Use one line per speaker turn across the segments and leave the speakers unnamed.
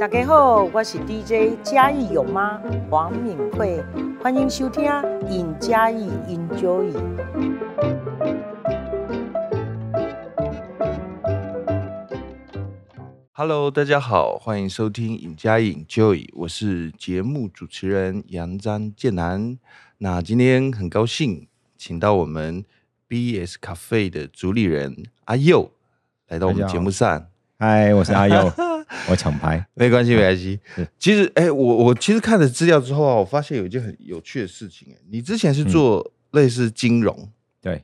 大家好，我是 DJ 嘉义有妈黄敏慧，欢迎收听《尹嘉义 Enjoy》。
Hello，大家好，欢迎收听《尹家影 Joy》，我是节目主持人杨张建南。那今天很高兴请到我们 BS 咖啡的主理人阿佑来到我
大
们
家
节目上。
嗨，我是阿 佑，我抢牌。
没关系，没关系
是。
其实，哎、我我其实看了资料之后啊，我发现有一件很有趣的事情、哎，你之前是
嗯
做类似金融，
对，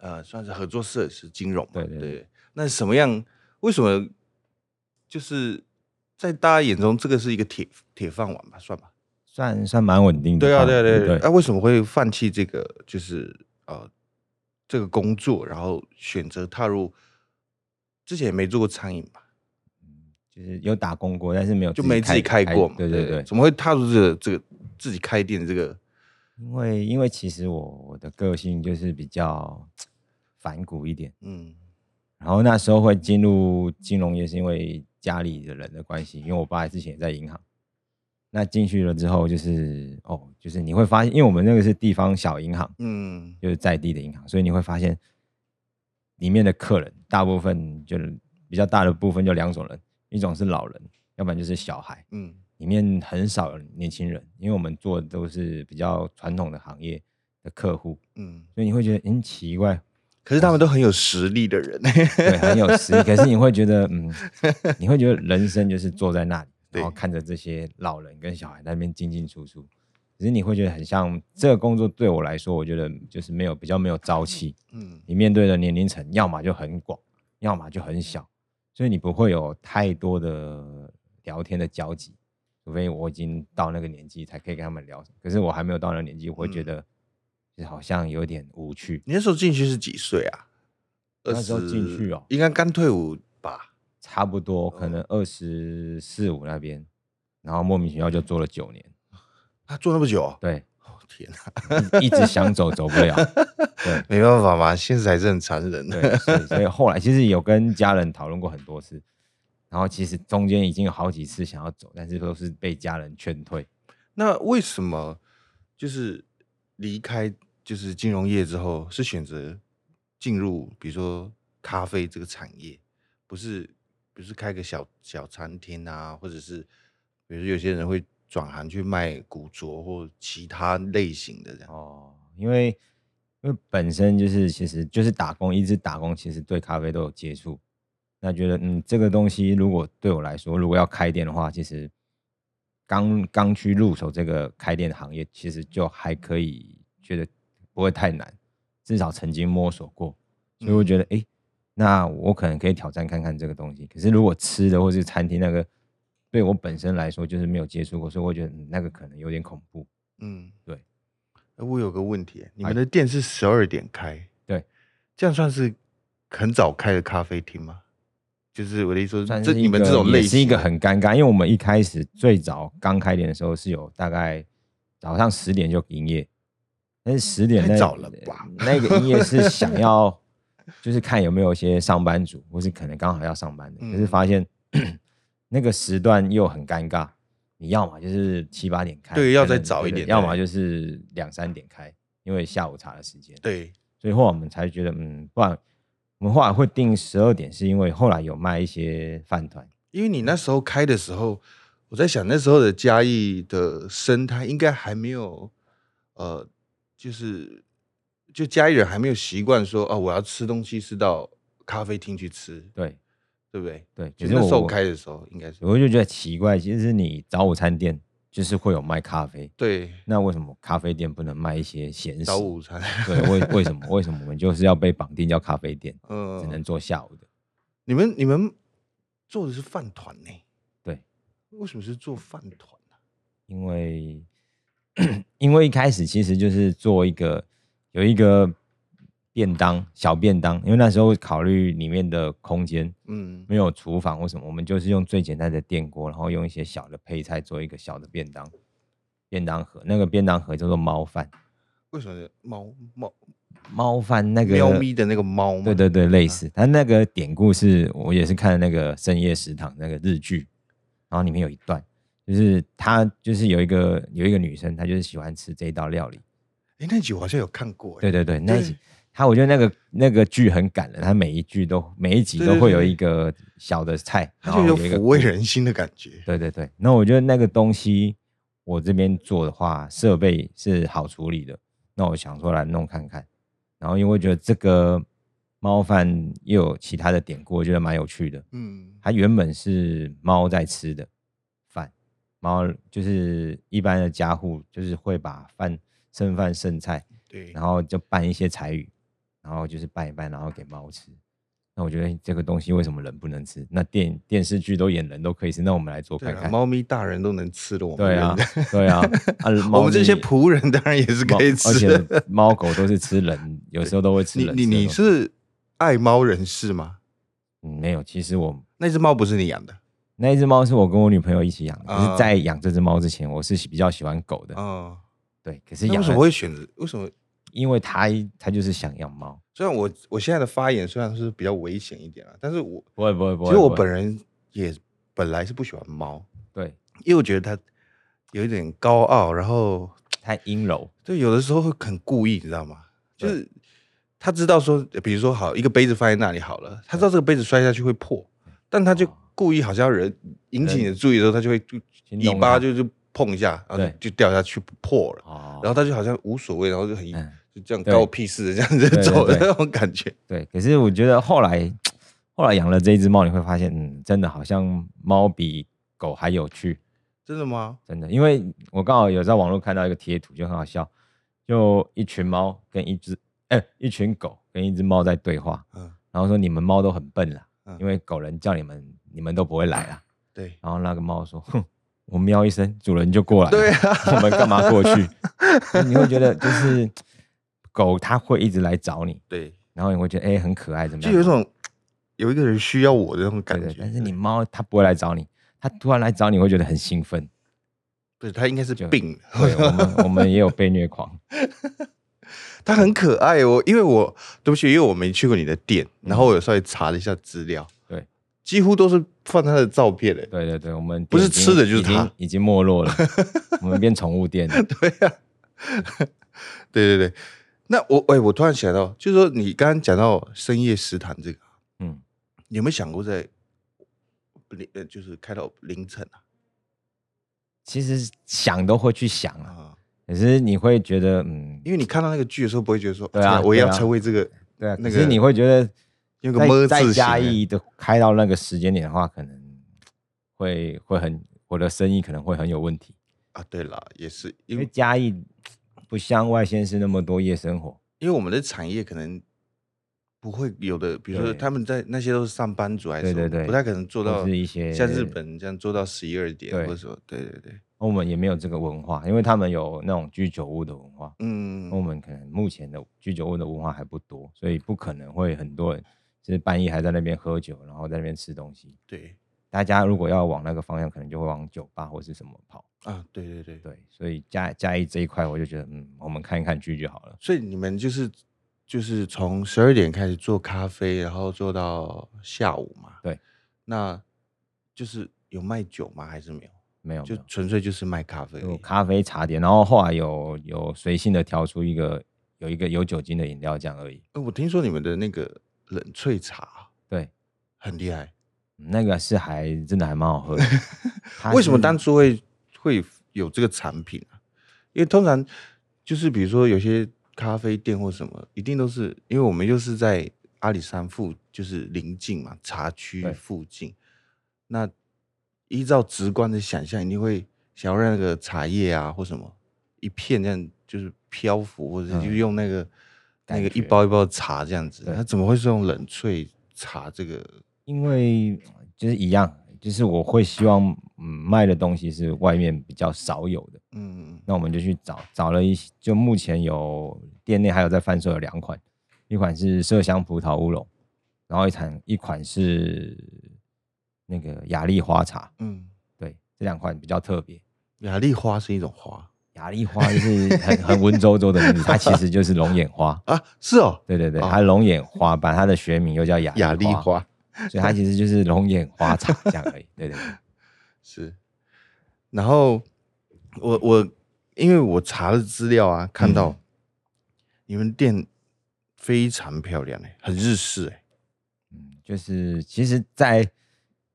呃，算是合作社是金融嘛，
对对对
那是什么样？为什么就是在大家眼中，这个是一个铁铁饭碗吧，算吧？
算算蛮稳定的
对
吧。
啊，对啊对啊对啊。那、
对，
为什么会放弃这个就是呃这个工作，然后选择踏入之前也没做过餐饮吧，
就是有打工过，但是没有
就没自己开过嘛？
对对对，
怎么会踏入这个这个自己开店的这个？
因为因为其实我我的个性就是比较反骨一点，
嗯
然后那时候会进入金融业是因为家里的人的关系，因为我爸之前也在银行。那进去了之后，就是哦，就是你会发现，因为我们那个是地方小银行，
嗯
就是在地的银行，所以你会发现里面的客人大部分就是比较大的部分就两种人，一种是老人，要不然就是小孩，
嗯
里面很少有年轻人，因为我们做的都是比较传统的行业的客户，
嗯。
所以你会觉得嗯奇怪，
可是他们都很有实力的人，
对，很有实力，可是你会觉得嗯，你会觉得人生就是坐在那里，
对
然后看着这些老人跟小孩在那边进进出出。可是你会觉得很像这个工作对我来说，我觉得就是没有比较没有朝气，
嗯
你面对的年龄层要么就很广，要么就很小，所以你不会有太多的聊天的交集，除非我已经到那个年纪才可以跟他们聊。可是我还没有到那个年纪，我会觉
嗯
得就是好像有点无趣，
你那时候进去是几岁啊？
那时候进去哦
20应该刚退伍吧？
差不多可能二十四五那边，然后莫名其妙就做了九年，
他做那么久哦，
对，
哦天啊，
一一直想走走不了，对。
没办法嘛，现实还是很残忍的。
对，所以所以后来其实有跟家人讨论过很多次，然后其实中间已经有好几次想要走，但是都是被家人劝退。
那为什么就是离开就是金融业之后，是选择进入比如说咖啡这个产业，不是不是开个小小餐厅啊，或者是比如说有些人会转行去卖古着或其他类型的这样。
哦，因为因为本身就是其实就是打工，一直打工，其实对咖啡都有接触。那觉得嗯，这个东西如果对我来说，如果要开店的话，其实刚刚去入手这个开店行业，其实就还可以，觉得不会太难，至少曾经摸索过，所以
嗯
我觉得诶，那我可能可以挑战看看这个东西。可是如果吃的或是餐厅那个，对我本身来说就是没有接触过，所以我觉得、嗯那个可能有点恐怖。
嗯，
对
哎。我有个问题，你
哎
们的店是十二点开，
对，
这样算是很早开的咖啡厅吗？就是我的意思说，
算
这
是
你们
一
这
个
种
也
类
是
型
一个很尴尬，因为我们一开始最早刚开店的时候是有大概早上十点就营业，但是十点
太
那
早了吧
那个营业是想要就是看有没有一些上班族，或是可能刚好要上班的，可是
嗯
发现 那个时段又很尴尬，你要么就是七八点开，
对要
可能
再早一
对
点
要
对
么就是两三点开，因为下午茶的时间。
对，
所以后来我们才觉得，嗯，不然我们后来会定十二点，是因为后来有卖一些饭团。
因为你那时候开的时候，我在想那时候的嘉义的生态应该还没有，呃，就是就嘉义人还没有习惯说哦，我要吃东西是到咖啡厅去吃，
对
对不对？
对，
就
可是
那时候
我
开的时候应该是
我就觉得奇怪，其实你早午餐店就是会有卖咖啡，
对，
那为什么咖啡店不能卖一些咸食
早？午餐，
对，为为什么为什么我们就是要被绑定叫咖啡店，
嗯，
只能做下午的？
你们你们做的是饭团呢？
对，
为什么是做饭团啊呢、
因为 因为一开始其实就是做一个有一个便当小便当，因为那时候考虑里面的空间，
嗯，
没有厨房或什么，我们就是用最简单的电锅，然后用一些小的配菜做一个小的便当，便当盒那个便当盒叫做猫饭，
为什么猫猫
猫饭那个
喵咪嗯的那个猫吗
对对对，类似。它那个典故是我也是看那个深夜食堂那个日剧，然后里面有一段，就是她就是有一个有一个女生，她就是喜欢吃这一道料理。
哎，那集我好像有看过，
对
对，
对对，那一集
对
她我觉得那个那个剧很感人，她每一句都每一集
对
都
对
会
对
有
对
一个小的菜，
它
然
就
后
有
一个
抚慰
故
人心的感觉。
对对对，那我觉得那个东西我这边做的话，设备是好处理的。那我想说来弄看看，然后因为我觉得这个猫饭又有其他的典故，我觉得蛮有趣的。
嗯，
它原本是猫在吃的饭，猫就是一般的家户就是会把饭剩饭剩菜，
对
然，后就拌一些柴鱼，然后就是拌一拌，然后给猫吃。那我觉得这个东西为什么人不能吃？那电电视剧都演人都可以吃，那我们来做
对啊
看
了，
看。
猫咪大人都能吃了，我们
对啊
人，
对啊，啊，
我
猫
们这些
咪
仆人当然也是可以
猫
吃的。
而且猫狗都是吃人，有时候都会吃
你
人吃的东西。
你你是爱猫人士吗？
嗯没有？其实我
那只猫不是你养的，
那一只猫是我跟我女朋友一起养的，可
啊
是在养这只猫之前，我是喜比较喜欢狗的。
哦，
对，可是
那
养
为什么
了，
会选择？为什么？
因为它它就是想养猫。
虽然我我现在的发言虽然是比较危险一点啊，但是我
不会不会不
其
会，
实我
不会
本人也本来是不喜欢猫，
对
因为我觉得它有一点高傲，然后
太阴柔，
就有的时候会很故意，你知道吗？就
对
是他知道说，比如说好一个杯子放在那里好了，他知道这个杯子摔下去会破，但他就
哦
故意好像要人引起你的注意的时候，他就会就
先弄
尾巴
它
就就碰一下，然后
对
就就掉下去破了，
哦，
然后他就好像无所谓，然后就很
嗯
就这样
对
高我屁事的这样子
对对
走的
对
那种感觉。
对，可是我觉得后来后来养了这一只猫，你会发现，嗯，真的好像猫比狗还有趣。
真的吗？
真的，因为我刚好有在网络看到一个贴图，就很好笑，就一群猫跟一只哎、一群狗跟一只猫在对话，
嗯，
然后说你们猫都很笨啦，
嗯
因为狗人叫你们你们都不会来啦。
对，
然后那个猫说，哼，我喵一声，主人就过来了，
对啊
我们干嘛过去？你会觉得就是狗它会一直来找你，
对，
然后你会觉得哎、很可爱，怎么
就
样？
有一种有一个人需要我的那种感
对
觉
对，。但是你猫它不会来找你，它突然来找你会觉得很 兴奋。
不是他应该是
就
病，
对，我们我们也有被虐狂，
它很可爱哦，因为我对不起，因为我没去过你的店，然后我有稍微查了一下资料，
对，
几乎都是放它的照片诶。
对对对，我们
不
店
是
已经
吃的就是
已经
它
已经没 落了，我们变宠物店了。
对呀、对对对。那我哎、我突然想到，就是说你刚刚讲到深夜食堂这个，
嗯，
你有没有想过在凌呃，就是开到凌晨啊？
其实想都会去想啊，
啊，
可是你会觉得，嗯，
因为你看到那个剧的时候，不会觉得说，
对啊
天我也要
对啊
成为这个
对啊，
那
可
个
是你会觉得
有个么
在
字形
在嘉
欸
义的开到那个时间点的话，可能会会很我的生意可能会很有问题，
啊。对啦，也是因
因为
为
嘉义不像外县市那么多夜生活。
因为我们的产业可能不会有的，比如说
对
他们在那些都是上班族还是
对
什么
对对
不太可能做
或
到
是一些
像日本这样做到十一二点
对
或者说，对对对，
我们也没有这个文化，因为他们有那种居酒屋的文化，
嗯，
我们可能目前的居酒屋的文化还不多，所以不可能会很多人就是半夜还在那边喝酒，然后在那边吃东西。
对
大家如果要往那个方向，可能就会往酒吧或是什么跑。
啊，对对对，
对，所以加加一这一块，我就觉得，嗯，我们看一看剧就好了。
所以你们就是就是从十二点开始做咖啡，然后做到下午嘛，
对，
那就是有卖酒吗？还是没有？
没有，
就
没有
纯粹就是卖咖啡而
有
已，
咖啡茶点，然后后来有有随性的调出一个有一个有酒精的饮料这样而已。
呃我听说你们的那个冷萃茶
对，嗯
很厉害，。
那个是还真的还蛮好喝的
为什么当
当？
初会会有这个产品啊？因为通常就是比如说有些咖啡店或什么，一定都是因为我们又是在阿里山附，就是临近嘛，茶区
对
附近。那依照直观的想象，一定会想要让那个茶叶啊或什么一片这样就是漂浮，或者是就
嗯
用那个、那
感
个一
觉
包一包的茶这样子。
对
它怎么会是用冷萃茶这个？
因为就是一样，就是我会希望嗯卖的东西是外面比较少有的，
嗯，
那我们就去找找了一些，就目前有店内还有在贩售有两款，一款是麝香葡萄乌龙，然后一款一款是那个雅丽花茶，
嗯，
对，这两款比较特别。
雅丽花是一种花
雅丽花就是很很文绉绉的名字，它其实就是龙眼花。
啊，是哦，
对对对，
哦
它龙眼花瓣，它的学名又叫雅
雅丽
哎丽花，
花，
所以它其实就是龙眼花茶这样而已。对对对。
是。然后我我因为我查了资料啊，看到、
嗯
你们店非常漂亮哎、很日式哎、
嗯，就是其实在，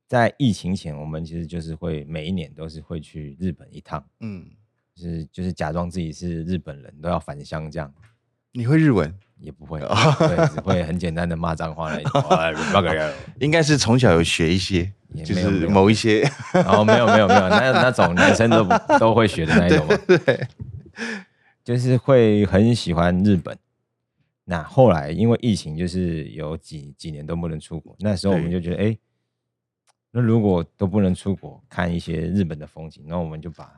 在疫情前，我们其实就是会每一年都是会去日本一趟，
嗯，
就是就是假装自己是日本人，都要返乡这样，
你会日文？
也不会，对，只会很简单的骂脏话而已哇八个哎人
应该是从小有学一些，
也
就
没有没
是
有
某一些。
然哦后没有没有没有，那那种男生 都不都会学的那一种嘛，
对，
就是会很喜欢日本。那后来因为疫情，就是有几几年都不能出国，那时候我们
对
就觉得，哎、那如果都不能出国看一些日本的风景，那我们就把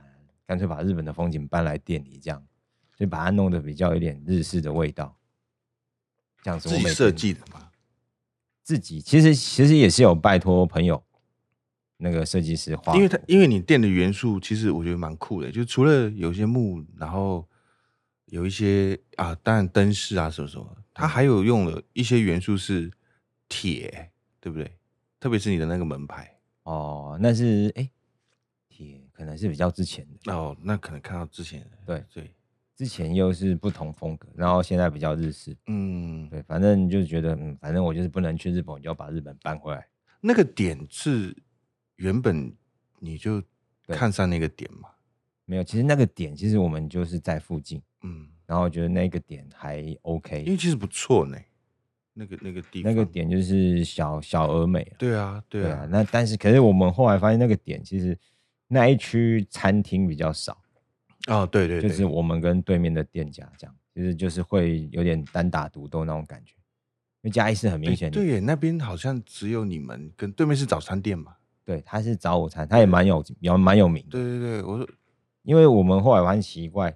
干脆把日本的风景搬来店里，这样就把它弄得比较有点日式的味道。这样子我
自己
每
设
天
计的嘛。
自己其实其实也是有拜托朋友那个设计师画，
因为它因为你店的元素，其实我觉得蛮酷的，就除了有一些木，然后有一些啊，当然灯饰啊什么什么，
嗯
它还有用了一些元素是铁，对不对？特别是你的那个门牌
哦，那是哎铁、可能是比较之前的，
哦，那可能看到之前的
对
对，
之前又是不同风格，然后现在比较日式。
嗯，
对，反正就是觉得，嗯，反正我就是不能去日本，我就要把日本搬回来。
那个点是原本你就
对
看上那个点嘛，
没有，其实那个点，其实我们就是在附近，
嗯，
然后觉得那个点还
因为
OK，
其实不错呢，那个那个地
那个
方
点就是小小而美啊。
对啊，对啊，
那但是可是我们后来发现，那个点其实那一区餐厅比较少，
哦，对对
啊就
对，
是我们跟对面的店家这样，其实就是会有点单打独斗那种感觉。因为嘉义市很明
诶
显，
对耶，那边好像只有你们跟对面是早餐店嘛。
对，他是早午餐，他也蛮有也蛮有名的
对。对对，我说
因为我们后来发现奇怪，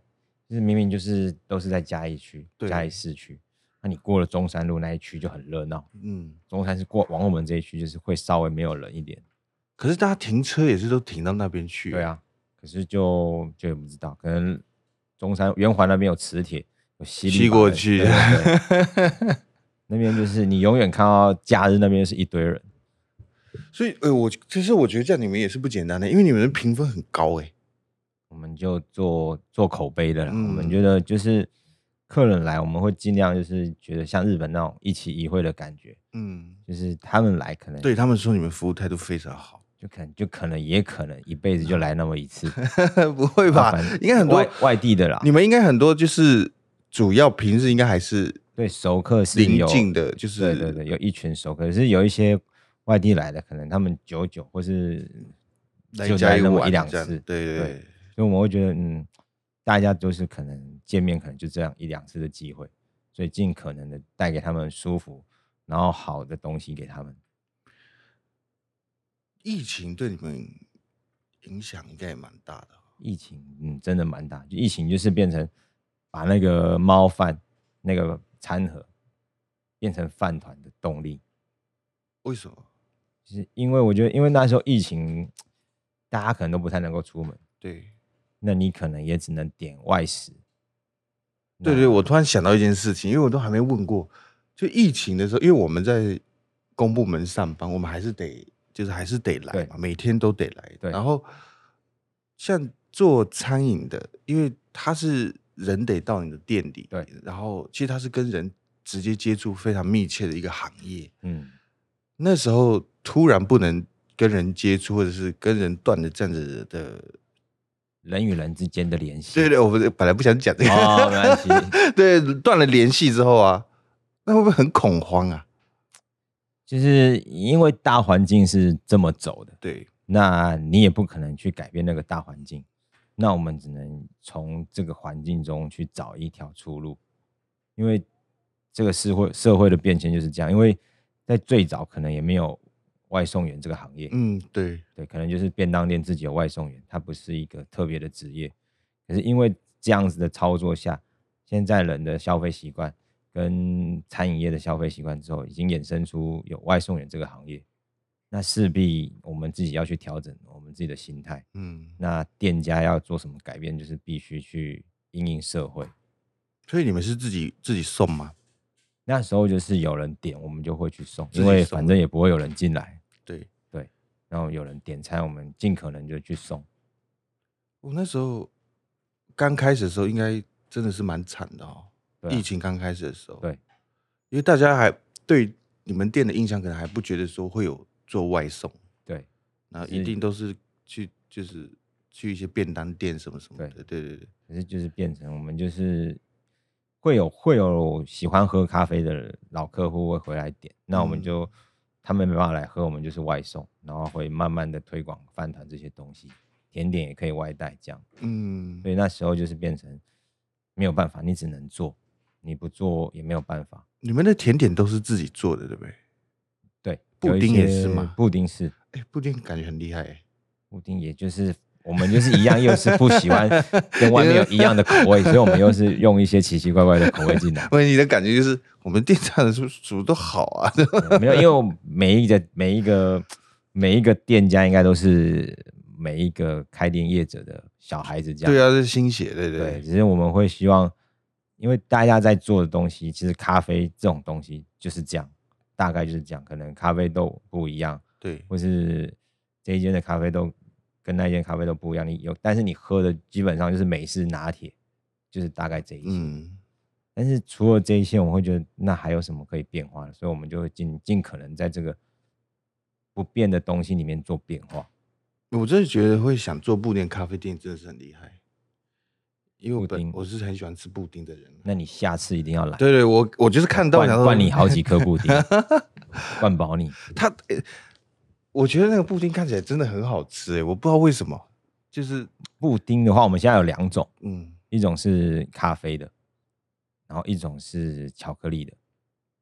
就是明明就是都是在嘉义区、
对
嘉义市区，那你过了中山路那一区就很热闹。
嗯，
中山是过往我们这一区，就是会稍微没有人一点。
可是大家停车也是都停到那边去。
对，啊，可是就就也不知道，可能中山圆环那边有磁铁，有吸力
吸
嘛
过
对
去
对对对 那边就是你永远看到假日那边是一堆人，
所以呃，我其实我觉得这样你们也是不简单的，因为你们的评分很高哎。
我们就做做口碑的啦。我们
嗯
觉得就是客人来，我们会尽量就是觉得像日本那种一期一会的感觉。
嗯，
就是他们来可能
对他们说你们服务态度非常 好，
就可能就可能也可能一辈子就来那么 一次，
不会吧
反正？
应该很多
外，外地的啦，
你们应该很多就是主要平日应该还是
对熟客是
邻
有
近的，就是
对对对，有一群熟客，可是有一些外地来的，可能他们久久或是
来
就
家
来
一
那么
玩
一两
这样
次，
对对
对
对，
所以我们会觉得嗯，大家都是可能见面可能就这样一两次的机会，所以尽可能的带给他们舒服，然后好的东西给他们。
疫情对你们影响应该也蛮大的。哦
疫情，嗯，真的蛮大。就疫情就是变成把那个猫饭那个餐盒变成饭团的动力，
为什么？
就是因为我觉得，因为那时候疫情，大家可能都不太能够出门，
对，
那你可能也只能点外食。
对
嗯
对，我突然想到一件事情，因为我都还没问过，就疫情的时候，因为我们在公部门上班，我们还是得就是还是得来
对
嘛，每天都得来。
对
然后像做餐饮的，因为他是人得到你的店里，
对，
然后其实他是跟人直接接触非常密切的一个行业。
嗯，
那时候突然不能跟人接触，或者是跟人断了这样子的，
人与人之间的联系。
对对，我本来不想讲这个，
哦，没关系。
对，断了联系之后啊，那会不会很恐慌啊？
就是因为大环境是这么走的，
对，
那你也不可能去改变那个大环境，那我们只能从这个环境中去找一条出路，因为这个社会社会的变迁就是这样，因为在最早可能也没有外送员这个行业，
嗯，对，
对，可能就是便当店自己有外送员，它不是一个特别的职业，可是因为这样子的操作下，现在人的消费习惯跟餐饮业的消费习惯之后，已经衍生出有外送员这个行业，那势必我们自己要去调整我们自己的心态。
嗯，
那店家要做什么改变，就是必须去因应社会。
所以你们是自己自己送吗？
那时候就是有人点，我们就会去送，
自
因
己
为
送
反正也不会有人进来。
对，
对，然后有人点餐，我们尽可能就去送。
我那时候刚开始的时候，应该真的是蛮惨的哦。
对啊
疫情刚开始的时候，
对，
因为大家还对你们店的印象可能还不觉得说会有做外送，
对，
那
是
一定都是去就是去一些便当店什么什么
对
的，对对对，
可是就是变成我们就是会有会有喜欢喝咖啡的老客户会回来点，那我们
嗯
就、他们没办法来喝，我们就是外送，然后会慢慢的推广饭团这些东西，甜点也可以外带这样。
嗯
所，以那时候就是变成没有办法，你只能做，你不做也没有办法。
你们的甜点都是自己做的，对不对？
对，
布
有一
丁也
些
是吗
布丁是
哎，布丁感觉很厉害欸，
布丁，也就是我们就是一样，又是不 喜欢跟外面有一样的口味，所以我们又是用一些奇奇怪怪的口味进来。
不是你的感觉就是我们店长的是煮都好啊，
对 没有，因为我每一个每一个每一个店家应该都是每一个开店业者的小孩子这样。
对啊，这是新血，对对
对，
对，
只是我们会希望，因为大家在做的东西，其实咖啡这种东西就是这样，大概就是这样，可能咖啡豆不一样，
对
或是这一间的咖啡豆跟那一间咖啡豆不一样，你有，但是你喝的基本上就是美式拿铁，就是大概这一些。
嗯，
但是除了这一些，我会觉得那还有什么可以变化的？所以我们就会尽尽可能在这个不变的东西里面做变化。
我真的觉得会想做布丁咖啡店真的是很厉害，因为我
布
本
丁
我是很喜欢吃布丁的人啊。
那你下次一定要来，
对对，我我就是看到
灌
想说
灌 你好几颗布丁，灌饱你。
它，呃我觉得那个布丁看起来真的很好吃欸诶，我不知道为什么，就是
布丁的话，我们现在有两种，
嗯，
一种是咖啡的，然后一种是巧克力的，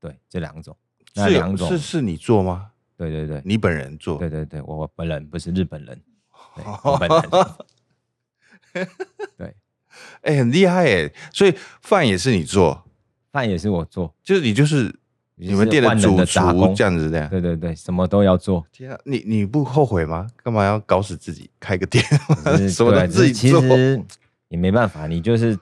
对，这两种。那
是有
两种
是是你做吗？
对对对，
你本人做？
对对对，我本人不是日本人，对，我本 人对，
哎、很厉害诶，所以饭也是你做，
饭也是我做，
就是你就是
就是
你们店
万能
主
的
厨
杂工
这样子的。
对对对，什么都要做，
天啊，你你不后悔吗？干嘛要搞死自己开个店
只是，
什么
对啊
都
只
自
是
己做
其？实也没办法，你就是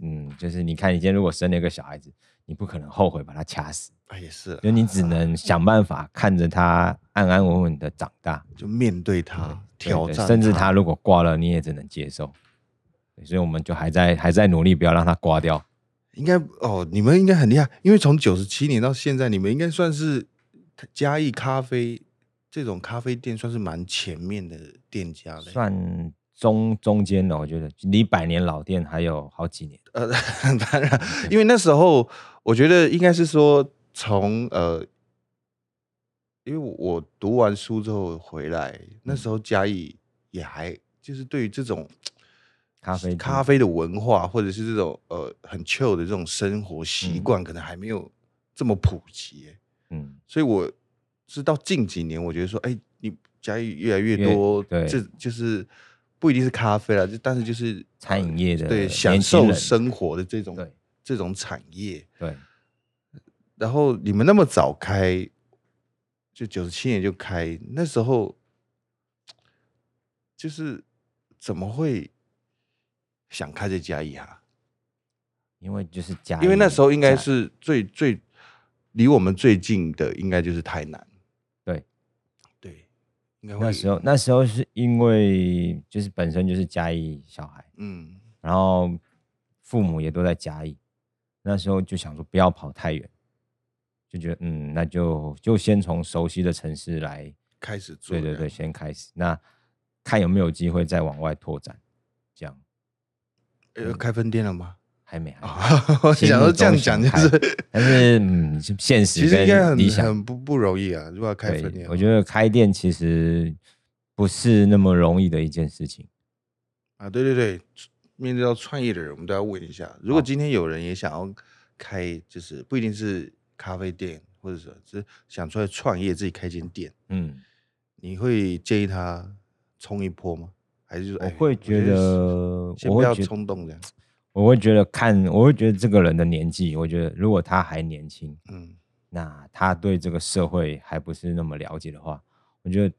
嗯，就是你看，你今天如果生了一个小孩子，你不可能后悔把他掐死，
哎，也是啦，
就你只
啊
能想办法看着他安安稳稳的长大。
就面对它，
对
挑
对
战，
甚至他。如果挂了，你也只能接受。对所以我们就还在还在努力，不要让他挂掉。
应该哦，你们应该很厉害，因为从九十七年到现在，你们应该算是嘉义咖啡这种咖啡店算是蛮前面的店家了。
算中中间了，我觉得离百年老店还有好几年。
呃， 当然，
嗯
因为那时候我觉得应该是说从呃，因为我读完书之后回来，
嗯
那时候嘉义也还就是对于这种
咖啡店
咖啡的文化，或者是这种呃很 chill 的这种生活习
嗯
惯，可能还没有这么普及耶、
嗯，
所以我是到近几年，我觉得说，哎、你嘉义越来越
越
多，
对
这就是不一定是咖啡啦，就但是就是呃
餐饮业的
对
年
享
轻
受
人
生活的这种
对
这种产业。
对，
然后你们那么早开，就九十七年就开，那时候就是怎么会想开在嘉义啊？
因为就是家，
因为那时候应该
嘉
是最最离我们最近的，应该就是台南。
对
对，应该会
那时候那时候是因为就是本身就是嘉义小孩，
嗯
然后父母也都在嘉义，那时候就想说不要跑太远，就觉得嗯，那就就先从熟悉的城市来，
开始做
对
这
对
样，
对，先开始，那看有没有机会再往外拓展，这样
呃，
嗯
开分店了吗？
还没还没
啊， 我
哎心
想说
目
这样
中
讲
想
就
开
是，
但是嗯，是现
其
实
实应该
跟
很
理想，
很不不容易啊，如果要开分店
对，
的话，
我觉得开店其实不是那么容易的一件事情，
啊，对对对，面对到创业的人，我们都要问一下，如果今天有人也想要开，就是不一定是咖啡店，或者说是想出来创业自己开间店，
嗯。
你会建议他冲一波吗？还是说
我
哎
会觉得，
先
我
不
会
要
觉
冲动这样？
我会觉得看，我会觉得这个人的年纪，我觉得如果他还年轻，
嗯，
那他对这个社会还不是那么了解的话，我觉得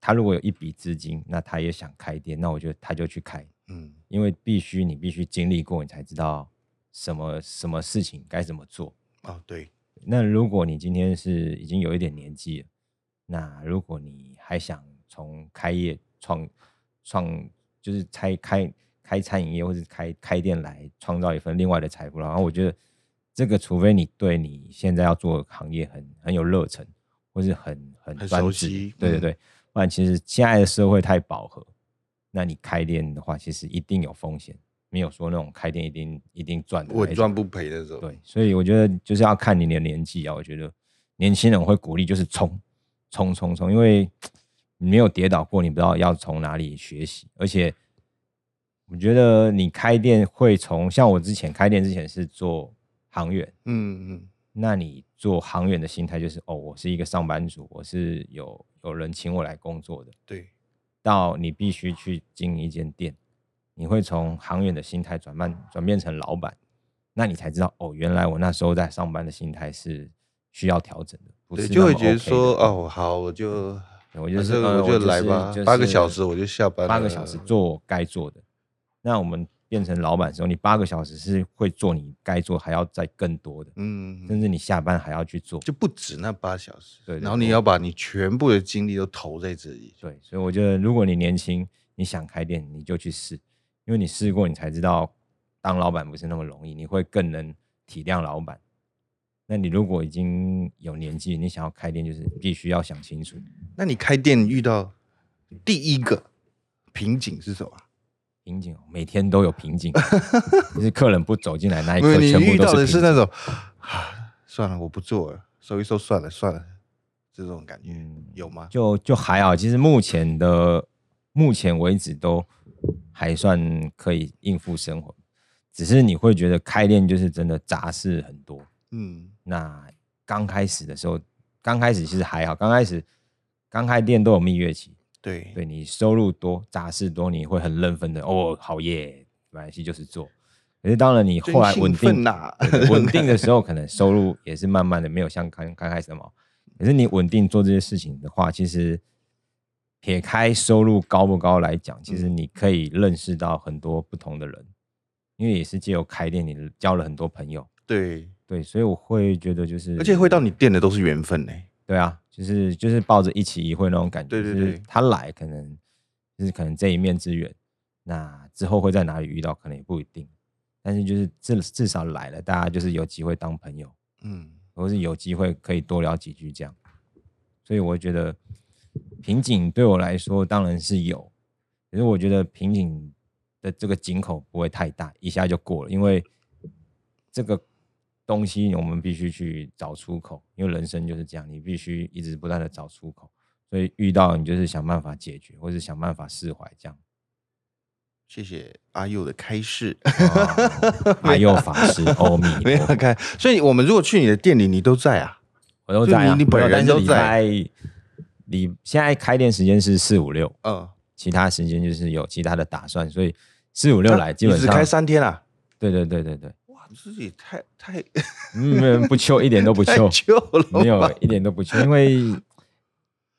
他如果有一笔资金，那他也想开店，那我觉得他就去开，
嗯
因为必须你必须经历过，你才知道什么什么事情该怎么做。
哦对，
那如果你今天是已经有一点年纪了，那如果你还想从开业创创就是开开开餐饮业或是开开店来创造一份另外的财富。然后我觉得这个，除非你对你现在要做的行业很很有热忱，或是很很
很
专
熟
注
悉
对对
嗯
对，不然其实现在的社会太饱和，那你开店的话，其实一定有风险，没有说那种开店一定一定赚的那一种，
稳赚不赔的时候，
对，所以我觉得就是要看你的年纪啊。我觉得年轻人我会鼓励就是冲冲冲冲，因为你没有跌倒过，你不知道要从哪里学习。而且我觉得你开店会从像我之前开店之前是做行员，
嗯嗯，
那你做行员的心态就是哦，我是一个上班族，我是有有人请我来工作的。
对，
到你必须去经营一间店，你会从行员的心态转慢转变成老板，那你才知道哦，原来我那时候在上班的心态是需要调整的，不是、
对，就会觉得说，哦，好，我就
对我就是
反正
呃
我
我
就
就是
来吧
就，
八个小
是
时我就下班了，
八个小时做我该做的。那我们变成老板的时候，你八个小时是会做你该做，还要再更多的，
嗯，嗯，
甚
嗯
至你下班还要去做。
就不止那八小时，
对对
然后你
对
要把你全部的精力都投在这里，
对，所以我觉得，如果你年轻，你想开店，你就去试，因为你试过，你才知道当老板不是那么容易，你会更能体谅老板。那你如果已经有年纪，你想要开店，就是必须要想清楚。
那你开店遇到第一个瓶颈是什么？
瓶颈哦每天都有瓶颈， 就是客人不走进来那一
因为
刻，
你
哎全部
遇
都
到的
是
是
瓶
那
颈。
种，啊算了，我不做了，收一收，算了算了，这种感觉、
嗯
有吗？
就就还好，其实目前的目前为止都还算可以应付生活，只是你会觉得开店就是真的杂事很多。
嗯，
那刚开始的时候，刚开始其实还好，刚开始刚开店都有蜜月期，
对，
对你收入多、杂事多，你会很认份的哦，好耶，马来西亚就是做。可是当然，你后来
真
稳
兴奋
定
呐
对对稳 定的时候，可能收入也是慢慢的没有像刚刚开始那么好。可是你稳定做这些事情的话，其实撇开收入高不高来讲，其
嗯
实你可以认识到很多不同的人，因为也是借由开店，你交了很多朋友。
对，
对，所以我会觉得就是，
而且会到你店的都是缘分呢、
对啊，就是就是抱着一起一会那种感觉。
对对
就是
对
他来可能就是可能这一面之缘，那之后会在哪里遇到，可能也不一定。但是就是至至少来了，大家就是有机会当朋友，
嗯，
或是有机会可以多聊几句这样。所以我觉得瓶颈对我来说当然是有，可是我觉得瓶颈的这个井口不会太大，一下就过了，因为这个东西我们必须去找出口，因为人生就是这样，你必须一直不断的找出口，所以遇到你就是想办法解决，或是想办法释怀这样。
谢谢阿佑的开示。
啊还有法师欧米
没有
陀佛
看，所以我们如果去你的店里，你都在啊。
我都
就
在、啊，
你你本
我
人
但是
都
礼
在
拜。你现在开店时间是四五六，
嗯，
其他时间就是有其他的打算，所以四五六来基
你
本
只
上、
啊开三天啊？
对对对对对，
哇，你自己太太
嗯，没有不秋一点都不
太
秋，
久了，
没有一点都不秋，因为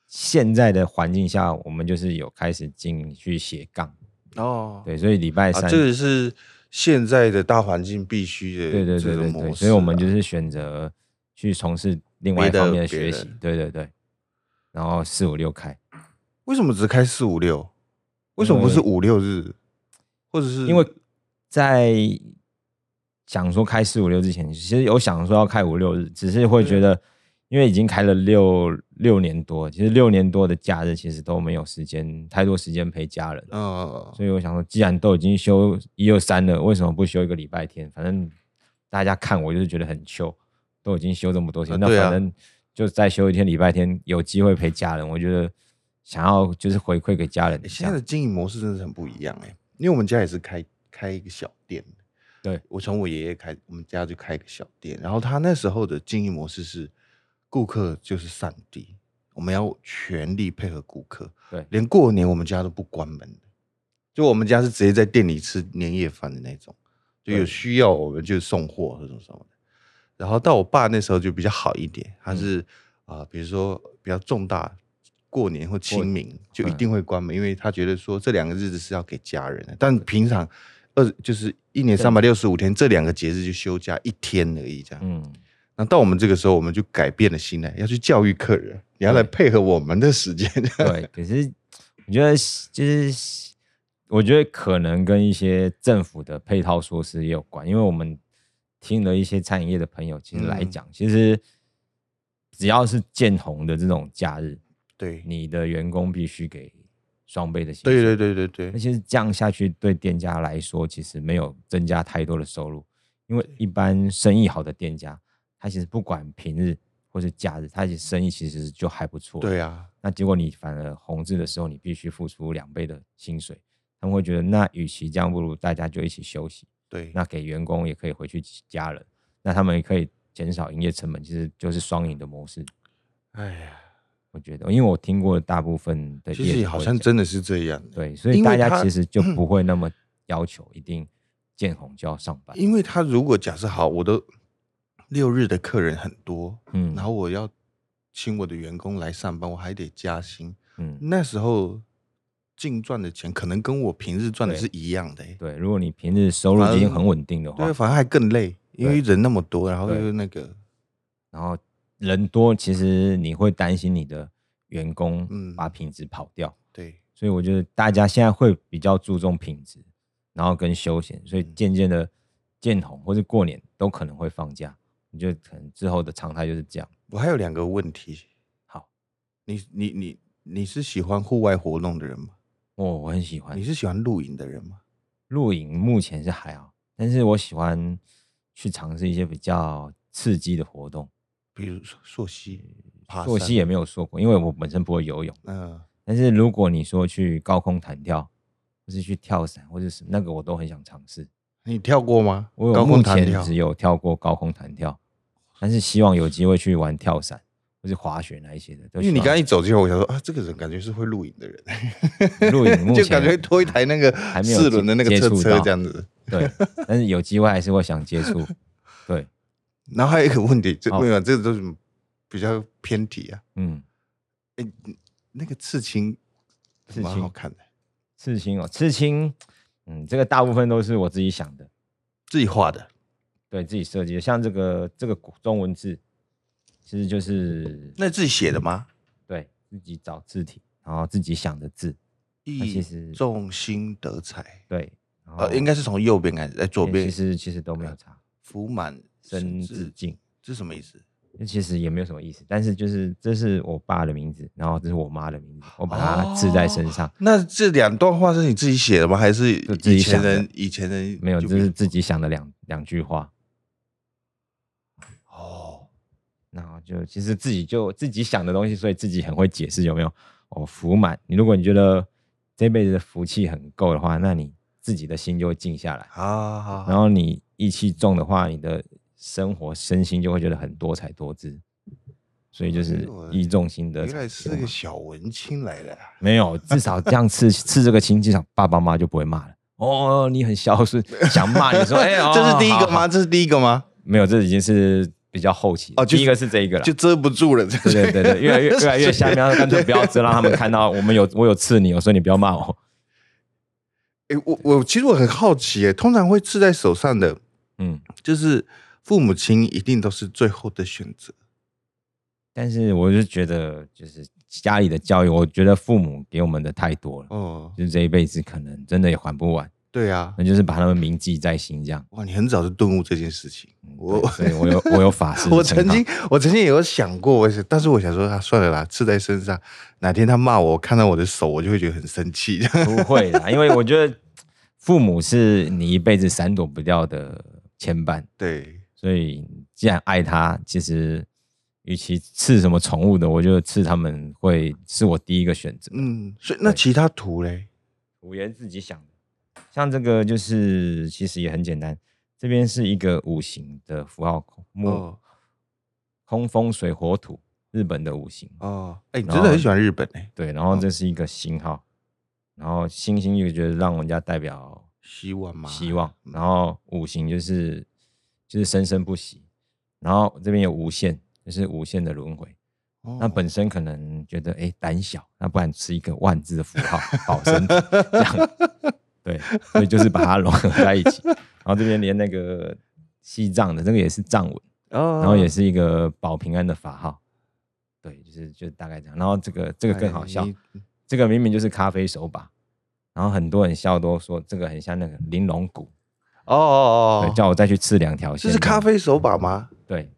现在的环境下，我们就是有开始进去斜杠，
哦。
对，所以礼拜
啊，
三、
这个是现在的大环境必须的，
对对对对
啊
对，所以我们就是选择去从事另外一
别的
方面的
别的
学习，对对对，然后四五六开，
为什么只开四五六？为什么不是五六日？或者是
因为在想说开四五六之前，其实有想说要开五六日，只是会觉得，因为已经开了六六年多，其实六年多的假日其实都没有时间太多时间陪家人，
呃，
所以我想说，既然都已经休一二三了，为什么不休一个礼拜天？反正大家看我就是觉得很糗，都已经休这么多天，
啊
那
对啊
反正就再休一天礼拜天，有机会陪家人，我觉得想要就是回馈给家人
欸
这样，
现在的经营模式真的是很不一样哎、因为我们家也是开开一个小店的，
对
我从我爷爷开，我们家就开一个小店，然后他那时候的经营模式是，顾客就是上帝，我们要全力配合顾客，
对
连过年我们家都不关门的，就我们家是直接在店里吃年夜饭的那种，就有
对
需要我们就送货这种什么的。然后到我爸那时候就比较好一点，他
嗯
是啊、比如说比较重大过年或清明就
嗯
一定会关门，因为他觉得说这两个日子是要给家人的。但平常二就是一年三百六十五天，这两个节日就休假一天而已，这样。
嗯。
那到我们这个时 候，我们就改变了心态，要去教育客人，你要来配合我们的时间。
对，可是我觉得就是，我觉得可能跟一些政府的配套措施也有关，因为我们听了一些餐饮业的朋友，其实来
嗯
讲，其实只要是见红的这种假日，
对，
你的员工必须给双倍的薪
对
水
对对对对
那，其实这样下去，对店家来说其实没有增加太多的收入，因为一般生意好的店家，他其实不管平日或是假日，他其实生意其实就还不错。
对啊，
那结果你反而红字的时候，你必须付出两倍的薪水，他们会觉得那与其这样，不如大家就一起休息。
对，
那给员工也可以回去家人，那他们也可以减少营业成本，其实就是双赢的模式。
哎呀，
我觉得，因为我听过大部分的业
其
主
实好
会
像
讲
真的是这样欸。
对，所以
因
大
为
家
他嗯
其实就不会那么要求一定见红就要上班。
因为他如果假设好，我的六日的客人很多，
嗯
然后我要请我的员工来上班，我还得加薪，
嗯，
那时候净赚的钱可能跟我平日赚的
对
是一样的欸、
对，如果你平日收入
反
已经
而
很稳定的话
对，，反而还更累，因为人那么多，然后
对
又那个，
然后人多，其实你会担心你的员工
嗯
把品质跑掉，
对
所以我觉得大家现在会比较注重品质，然后跟休闲，所以
嗯
渐渐的见红或者过年都可能会放假，我觉得可能之后的常态就是这样。
我还有两个问题，
好，
你你你你是喜欢户外活动的人吗？
哦，我很喜欢
你是喜欢露营的人吗？
露营目前是还好，但是我喜欢去尝试一些比较刺激的活动。
比如说溯溪、爬
嗯溯
山
溪，也没有说过，因为我本身不会游泳。
嗯、
但是如果你说去高空弹跳，或是去跳伞，或者什么，那个我都很想尝试。
你跳过吗？
我有
高
目
空弹
前
跳
只有跳过高空弹跳，但是希望有机会去玩跳伞或是滑雪那一些的。都
因为
希
你
望
刚刚一走进来，我想说啊，这个人感觉是会露营的人，
露营目前
就感觉拖一台那个
还没有
四轮的那个
接
车
触
车
到
这样子。
对，但是有机会还是会想接触。对，
然后还有一个问题，这
好
没有，这个都是比较偏题啊。
嗯，
那个刺青
刺
蛮
青
好看的，
刺青哦，刺青，嗯，这个大部分都是我自己想的。
自己画的，
对自己设计的，像这个这个古中文字，其实就是
那自己写的吗？
对自己找字体，然后自己想的字，嗯那其
意
实
重心得彩，
对，然后
呃，应该是从右边开始，在左
也
边
哎
呃
其实其实都没有差，
福满
身
至
字，境，
这什么意思？
那其实也没有什么意思，但是就是这是我爸的名字，然后这是我妈的名字，我把
哦
它刺在身上，
那这两段话是你自己写的吗？还是
就自己
以前
想的
人以前人
没有，
就
这是自己想的两两句话，
哦，
然后就其实自己就自己想的东西，所以自己很会解释有没有？哦，福满，你如果你觉得这辈子的福气很够的话，那你自己的心就会静下
啊
来。
好好
然
好，
后你意气重的话，你的生活身心就会觉得很多才多姿，所以就
哎
是
呦
意重心得
原
才
来是
行
个
嘛
小文青来的啊，
没有，至少这样刺刺这个亲，至少爸爸妈妈就不会骂了。哦，你很孝顺，想 骂你说，哎、哦
这是第一个？
好
吗？
好
这是第一个吗？
没有，这已经是比较后期
哦就
第一个是这一个了
就。遮不住了，对
啊对对对对，越来越越来越下面， 干脆不要只让他们看到我们有 我有刺你，我说你不要骂我。
哎、我我其实我很好奇，哎，通常会刺在手上的，
嗯，
就是父母亲一定都是最后的选择。
但是我就觉得，就是家里的教育，我觉得父母给我们的太多了。
哦，
就是这一辈子可能真的也还不完，
对啊，
那就是把他们铭记在心这样。
哇，你很早就顿悟这件事情。
嗯
我
对所以我有我有法师的
我
称号，
曾经我曾经也有想过，我想，但是我想说，啊，算了啦，刺在身上，哪天他骂我，看到我的手，我就会觉得很生气。
不会啦，因为我觉得父母是你一辈子闪躲不掉的牵绊，
对，
所以既然爱他，其实与其刺什么宠物的，我觉得刺他们会是我第一个选择。
嗯，所以那
对
其他图嘞，
五元自己想的，像这个就是其实也很简单，这边是一个五行的符号，木、
哦
空风水火土，日本的五行。
哦，哎、你
然
真的
后
很喜欢日本哎、
对，然后这是一个星号，然后星星就觉得让人家代表
希望吗？
希望，
嗯
然后五行就是就是生生不息，然后这边有无限，就是无限的轮回。
哦
那本身可能觉得哎胆小，那不然吃一个万字的符 号保身体，这样对，所以就是把它融合在一 起。然后这边连那个西藏的这个也是藏文，
哦
然后也是一个保平安的法号。对，就是就大概这样。然后这个这个更好笑
哎你，
这个明明就是咖啡手把，然后很多人笑都说这个很像那个玲珑骨，
哦哦哦
对，
哦，
叫我再去吃两条
这
线。
是咖，啡手把吗？
对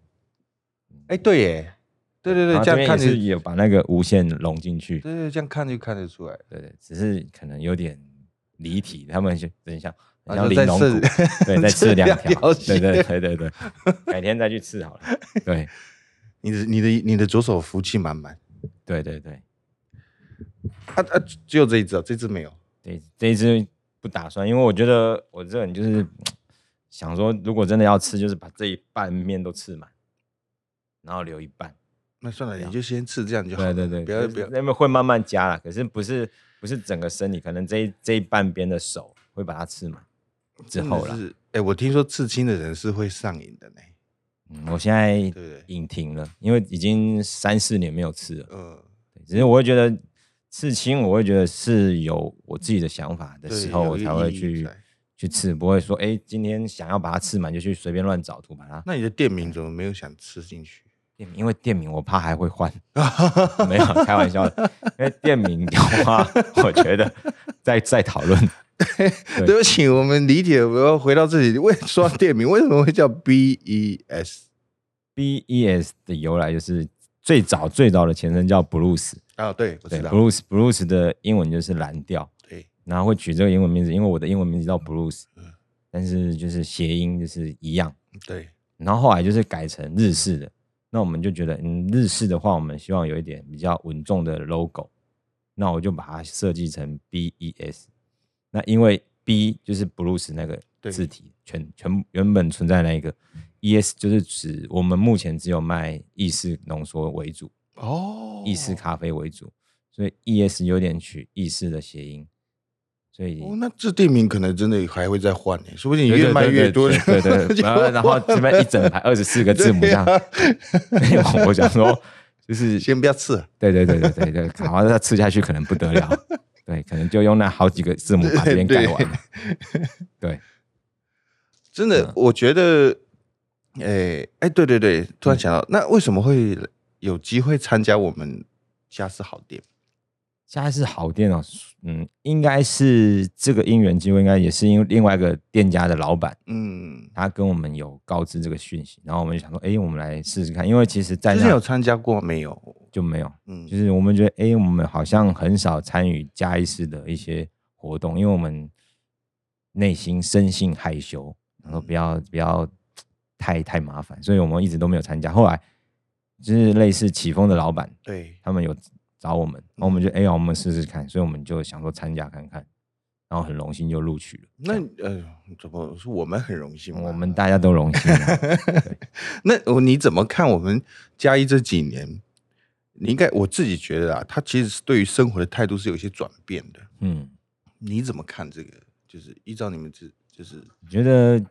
哎、对耶，对对
然
对，
后
这
啊
样
这边也
看就是
有把那个无线融进去，
对对，这样看就看得出来。
对对，只是可能有点离题，他们就等一下，
啊
然后
就
玲
再
珑
吃
骨， 对，再
吃
吃两
两条
条，对对
线
对对对，改天再去吃好了。对
你的你的你的左手福气满满，
对对对，
啊啊，只有这一只哦，这只没有。
这这一次不打算，因为我觉得我这人就是想说，如果真的要吃，就是把这一半面都吃满，然后留一半。
那算了，你就先吃这样就好了。
对啊对对，
不要
就是
不要。
那边会慢慢加啦，可是不是不是整个身体，可能这一这一半边的手会把它吃满之
真的
后啦。
是，哎、我听说刺青的人是会上瘾的呢。
嗯，我现在
对不对
隐停了，因为已经三四年没有吃了。
嗯，
对只是我会觉得刺青，我会觉得是有我自己的想法的
对
时候，
有
我
一
才
个
会
意义
去
在
去刺，不会说哎、诶今天想要把它刺满就去随便乱找图把它
那你的店名怎么没有想吃进去？
店名，因为店名我怕还 会换，没有开玩笑的，因为店名的 话，我觉得再再讨论。对
对不起，我们理解，我要回到自己。为说到店名，为什么会叫 B E S
B E S 的由来就是最早最早的前身叫 Blues，
啊？对，我
对
知道，
Blues Blues 的英文就是蓝调。
对，
然后会取这个英文名字，因为我的英文名字叫 Bruce，
嗯
但是就是谐音就是一样。
对，
然后后来就是改成日式的，那我们就觉得，嗯，日式的话，我们希望有一点比较稳重的 logo，那我就把它设计成 B E S。那因为 B 就是 Bruce 那个
对
字体，全全原本存在那一个，E S 就是指我们目前只有卖意式浓缩为主，
哦，
意式咖啡为主，所以 E S 有点取意式的谐音，所以
哦，那这店名可能真的还会再换呢，说不定你
对对
越卖
对
越
对
多。
对对 对
就啊
然后然后这边一整排二十四个字母这样，没有，我想说 就是，嗯
先不要吃了，
对对对对对对，然后再吃下去可能不得了， 对，可能就用那好几个字母把这边盖完了，对，
真的，我觉得，哎哎，对对对，突
嗯
然想到，那为什么会有机会参加我们家是好店？
现在是好店哦，嗯，应该是这个因缘机会，应该也是因为另外一个店家的老板。
嗯，
他跟我们有告知这个讯息，然后我们就想说，哎、我们来试试看，因为其实在
之前有
那
参加过没有？
就没有，
嗯，
就是我们觉得，哎、我们好像很少参与嘉义市的一些活动，因为我们内心深信害羞，然后不要不要太太麻烦，所以我们一直都没有参加。后来就是类似起风的老板，
对，
他们有找我们，然后我们就哎、呀，我们试试看，所以我们就想说参加看看，然后很荣幸就录取了。
那呃，怎么是我们很荣幸吗？
我们大家都荣幸、啊，
那我你怎么看我们嘉义这几年？你应该我自己觉得啊，他其实是对于生活的态度是有一些转变的。
嗯。
你怎么看这个？就是依照你们这，就是
我觉得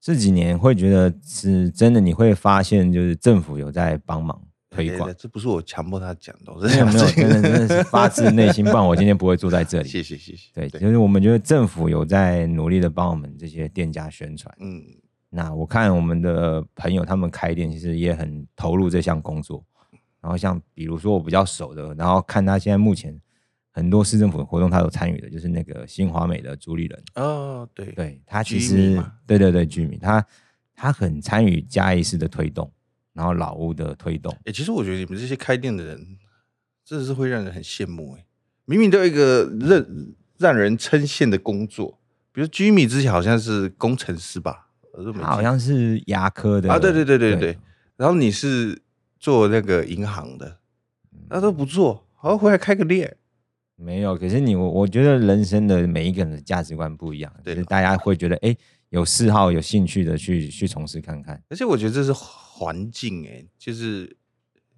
这几年会觉得是真的，你会发现就是政府有在帮忙推广
哎，这不是我强迫他讲的，我
没
是
有
想
没有，
这个
真的真的是发自内心，不然我今天不会坐在这
谢
里。
谢谢谢。
对，就是我们觉得政府有在努力的帮我们这些店家宣传。
嗯，
那我看我们的朋友他们开店，其实也很投入这项工作。然后像比如说我比较熟的，然后看他现在目前很多市政府的活动，他有参与的，就是那个新华美的主理人，
哦，对，
对他其
居民
实
嘛
对对对居民，他他很参与嘉义市的推动，然后老屋的推动，
哎，其实我觉得你们这些开店的人，真的是会让人很羡慕哎。明明都有一个让让人称羡的工作，比如 Jimmy 之前好像是工程师吧，我都没记
他好像是牙科的
啊，对对对对
对
对。然后你是做那个银行的，
嗯
那都不做，然后回来开个店。
没有，可是你我我觉得人生的每一个人的价值观不一样，
对
就是
啦
大家会觉得哎、诶有嗜好、有兴趣的去去从事看看。
而且我觉得这是环境哎、就是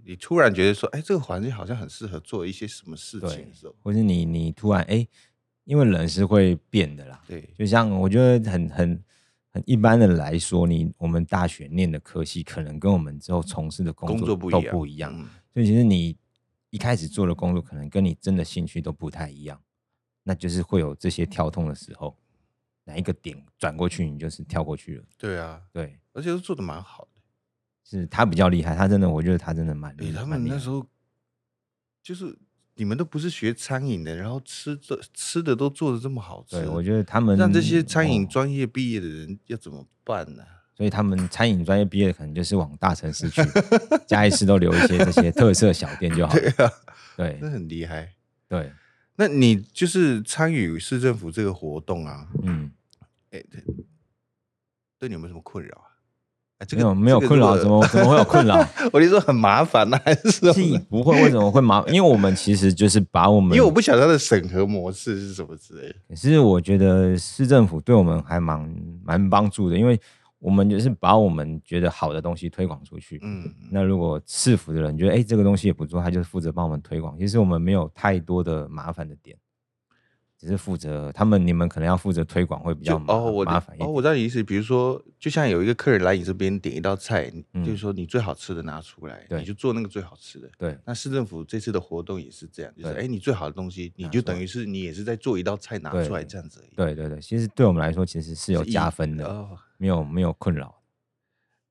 你突然觉得说，哎，这个环境好像很适合做一些什么事情的时候，
或是你你突然哎、诶因为人是会变的啦，
对，
就像我觉得很很很一般的来说，你我们大学念的科系可能跟我们之后从事的工
工
作
作不一
都
样，
不一样，
嗯
所以其实你一开始做的工作可能跟你真的兴趣都不太一样，那就是会有这些跳痛的时候，哪一个点转过去你就是跳过去了，
对啊，
对。
而且都做的蛮好的。
嗯是他比较厉害，他真的，我觉得他真的蛮
哎、
厉
他
害。蛮
们
厉
那
害
时候就是你们都不是学餐饮的，然后吃的吃的都做的这么好吃，
对，我觉得他们
让这些餐饮
哦
专业毕业的人要怎么办呢、
所以他们餐饮专业毕业的可能就是往大城市去，嘉义市都留一些这些特色小店就好了。
对啊，
对
那很厉害。
对，
那你就是参与市政府这个活动啊，
嗯，
哎、对，对你有没有什么困扰啊？啊这
没有没有
这个
困扰，
如
怎
果
么怎么会有困扰？
我就说很麻烦呢、还是什
自己
么呢？
不会为什么会麻？因为我们其实就是把我
因
们，
为我不晓得它的审核模式是什么之类的。
可是我觉得市政府对我们还蛮蛮帮助的，因为我们就是把我们觉得好的东西推广出去。
嗯，
那如果市府的人觉得哎、诶这个东西也不错，他就负责帮我们推广。其实我们没有太多的麻烦的点，只是负责他们你们可能要负责推广会比较
就
麻、
哦，我
麻
的
烦一
哦，
点。
我知道你意思。比如说，就像有一个客人来你这边点一道菜，你
嗯
就是说你最好吃的拿出来，
对
你就做那个最好吃的。
对
那市政府这次的活动也是这样，就是
对
哎，你最好的东西，你
拿
就
出来
等于是你也是在做一道菜拿
对
出来这样子而已。
对对对，其实对我们来说其实是有
是一
加分的，
哦，
没有没有困扰。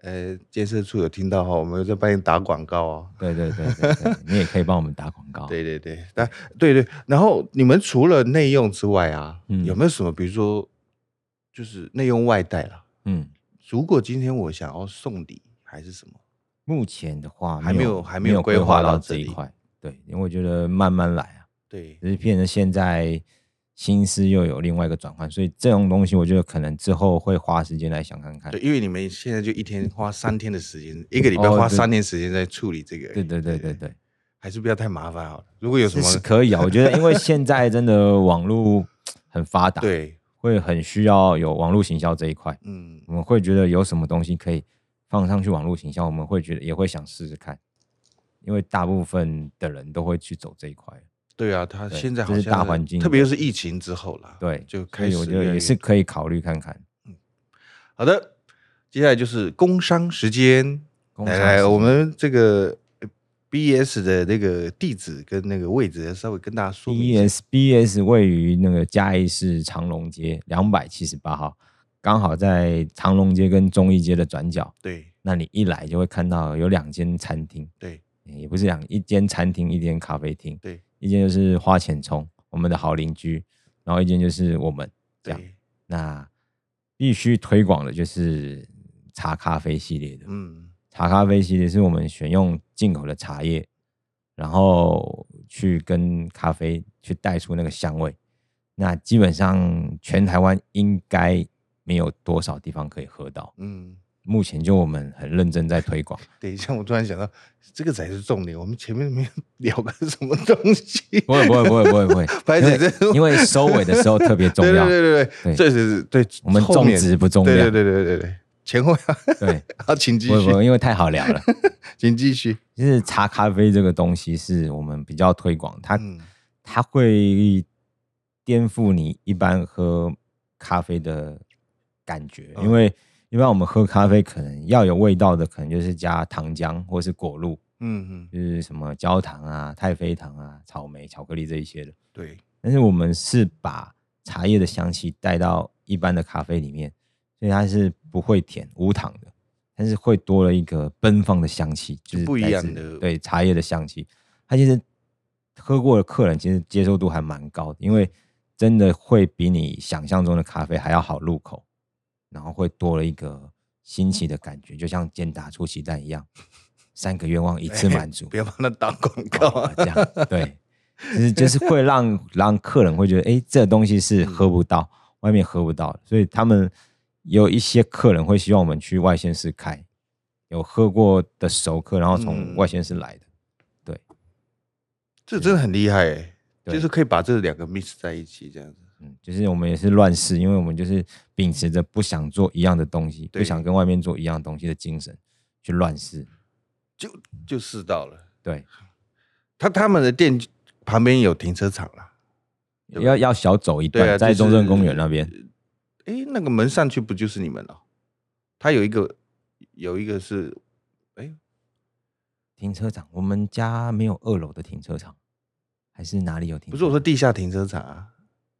呃，建设处有听到哈，我们有在帮你
嗯
打广告哦。
对对对对 对，你也可以帮我们打广告。
对对对，但对对，然后你们除了内用之外啊，
嗯
有没有什么，比如说就是内用外带啦？
嗯，
如果今天我想要送礼还是什么，
目前的话
还没有还没
没
有
有
规划
划
到
这
这
一
里
块。对，因为我觉得慢慢来啊，
对，
只是变成现在心思又有另外一个转换，所以这种东西我觉得可能之后会花时间来想看看。
对，因为你们现在就一天花三天的时间，一个礼拜
哦
花
对
三天时间在处理这个而已。
对对对对对，
还是不要太麻烦好了。如果有什
是
么
是可以啊。我觉得因为现在真的网络很发达，，
对，
会很需要有网络行销这一块。
嗯，
我们会觉得有什么东西可以放上去网络行销，我们会觉得也会想试试看，因为大部分的人都会去走这一块。
对啊，他
对
现在
这
好
是
像
大环境
特别
的
是疫情之后啦，
对，
就
所
开
以
始
我觉得
越来
也
越
是可以考虑看看。
好的。接下来就是工商时间，
工
来
商时
来，我
间
们这个呃 BS 的那个地址跟那个位置稍微跟大家说明一下。
BS BS E 位于那个嘉义市长隆街两百七十八号，刚好在长隆街跟中义街的转角。
对
那你一来就会看到有两间餐厅，
对
也不是两一间餐厅，一间咖啡厅，
对
一间就是花钱冲我们的好邻居，然后一间就是我们这样。
对，
那必须推广的就是茶咖啡系列的，
嗯
茶咖啡系列是我们选用进口的茶叶，然后去跟咖啡去带出那个香味。那基本上全台湾应该没有多少地方可以喝到。
嗯。
目前就我们很认真在推广，
等一下，我突然想到，这个才是重点。我们前面没有聊个什么东西，
不会不会不会不会不会，
白
因
姐
为
这
因为收尾的时候特别重
对
要，
对对对对，
对
这是对
我们
后
重
面
质不重
对
量，
对对对对对，前后要
对
好，请继
不会不
续，
会，因为太好聊了。
请继续。
就是茶咖啡这个东西是我们比较推广，它、
嗯
它会颠覆你一般喝咖啡的感觉，
嗯
因为一般我们喝咖啡可能要有味道的，可能就是加糖浆或是果露，
嗯嗯，
就是什么焦糖啊、太妃糖啊、草莓、巧克力这一些的。
对，
但是我们是把茶叶的香气带到一般的咖啡里面，所以它是不会甜、无糖的，但是会多了一个奔放的香气，就是
不一
来
样
自
的
对茶叶的香气。它其实喝过的客人其实接受度还蛮高的，因为真的会比你想象中的咖啡还要好入口，然后会多了一个新奇的感觉，就像煎打出奇蛋一样，三个愿望一次满足。
不要帮他打广告
哦
啊，
这样对，就是就是会让让客人会觉得，哎、这东西
嗯
是喝不到，外面喝不到的，所以他们有一些客人会希望我们去外县市开，有喝过的熟客，然后
嗯
从外县市来的，
这真的很厉害欸，
对
就是可以把这两个 mix 在一起这样子。
嗯，就是我们也是乱试，因为我们就是秉持着不想做一样的东西，不
对
想跟外面做一样的东西的精神去乱试，
就就试到了，
对，
他他们的店旁边有停车场啦，对吧
要要小走一
对
段，
啊，
在
就
中
是
正公园那边，。
诶，那个门上去不就是你们了？他有一个有一个是，诶，
停车场，我们家没有二楼的停车场，还是哪里有停车场？
不是我说地下停车场啊，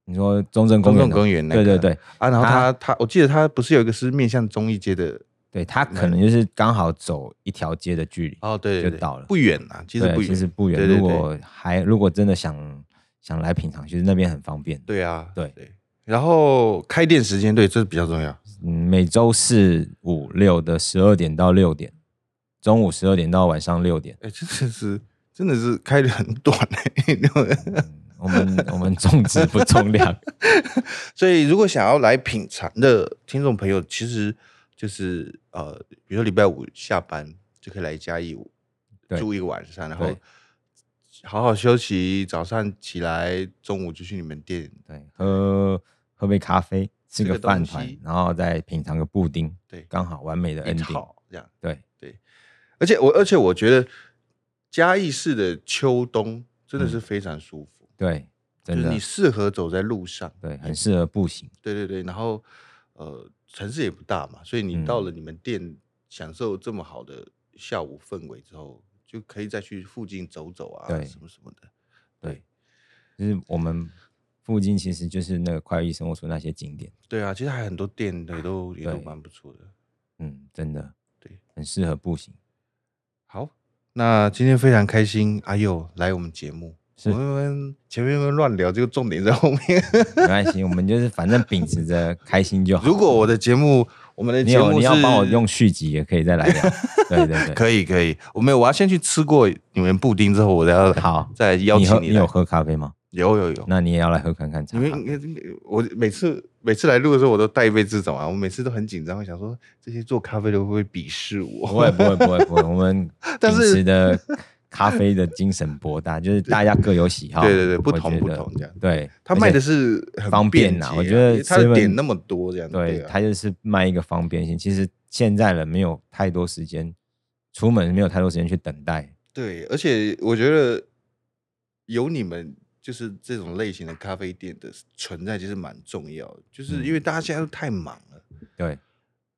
你说中正公
公
园
众
的？
公园那
对对
个
对，
啊，然后
它
他他，我记得他不是有一个是面向中义街的
对他可能就是刚好走一条街的距离，
哦，对对
就
对，
到了
不远啊，其实
对
不远，
其实不远。
对对
如
对
果还如果真的想想来品尝，其实那边很方便。
对啊，
对
对。然后开店时间，对，这比较重要。
嗯，每周四、五、六的十二点到六点，中午十二点到晚上六 点。
哎，真的是，真的是开的很短欸
嗯我们我们重质不重 量，
所以如果想要来品尝的听众朋友，其实就是呃，比如说礼拜五下班就可以来嘉义
对
住一个晚上，然后
对
好好休息，早上起来，中午就去你们店。
对，喝喝杯咖啡，吃
吃
个
个
饭
东
团
西，
然后再品尝个布丁，
对
刚好完美的
一
ending。
套这样。
对，
而且我而且我觉得嘉义市的秋冬真的是非常舒服，
对，嗯真
就是
的
你，适合走在路上。
对，很适合步行。
对对对，然后呃，城市也不大嘛，所以
嗯
你到了你们店享受这么好的下午氛围之后，就可以再去附近走走啊，
对
什么什么的。
对，就是我们附近其实就是那个快意生活村那些景点，
对啊，其实还有很多店的也都也都
对
蛮不错的。
嗯，真的，
对，
很适合步行。
好，那今天非常开心，阿佑来我们节目。
是
我们前面乱聊，这个重点在后面。
没关系，我们就是反正秉持着开心就好。
如果我的节目，我们的
你
节
哦有
目
你
是
要帮我用续集也可以再 来聊。对对对，
可以可以，我没有，我要先去吃过你们布丁之后，我再要
好
再邀
你喝
请你
你
来
有喝咖啡吗？
有有有，
那你也要来喝看看茶
你
吧。
们应该应该我每次每次来录的时候，我都带一杯这种啊，我每次都很紧张，我想说这些做咖啡的会不会鄙视
不
我？
会不会不会不会，我们
但
秉
是
持的咖啡的精神博大，就是大家各有喜好。
对对对，不
我
同
觉
不
得
同这样。
对，
他
而
卖
且
的是很
方便
啊
啊，我觉得
因为他的
7-Eleven
点那么多这样。
对，
啊，
它就是卖一个方便性。其实现在人没有太多时间出门，没有太多时间去等待。
对，而且我觉得有你们就是这种类型的咖啡店的存在，其实蛮重要的，就是
嗯
因为大家现在都太忙了。
对，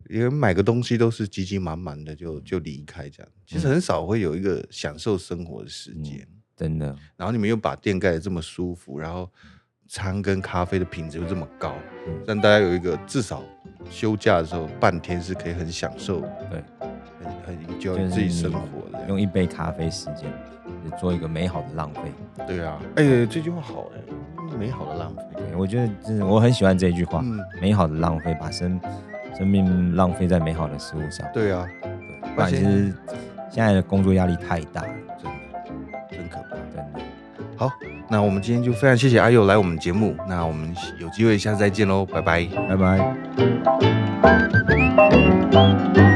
因为买个东西都是急急忙忙的就就离开这样，其
嗯
实很少会有一个享受生活的时间。
真的，
然后你们又把店盖得这么舒服，然后餐跟咖啡的品质又这么高，
嗯
让大家有一个至少休假的时候半天是可以很享受、
对，
很很
就是
enjoy 自己
你
生活的这样。
用一杯咖啡时间，就是做一个美好的浪费。
对啊，哎、这句话好哎、美好的浪费。
对，我觉得就是我很喜欢这句话，
嗯，
美好的浪费，把生生命浪费在美好的事物上。
对啊，
对，不
而
然
且
其实现在的工作压力太大了，
真的真可怕。
真的。
好，那我们今天就非常谢谢阿佑来我们节目，那我们有机会下次再见喽，拜拜。
拜拜。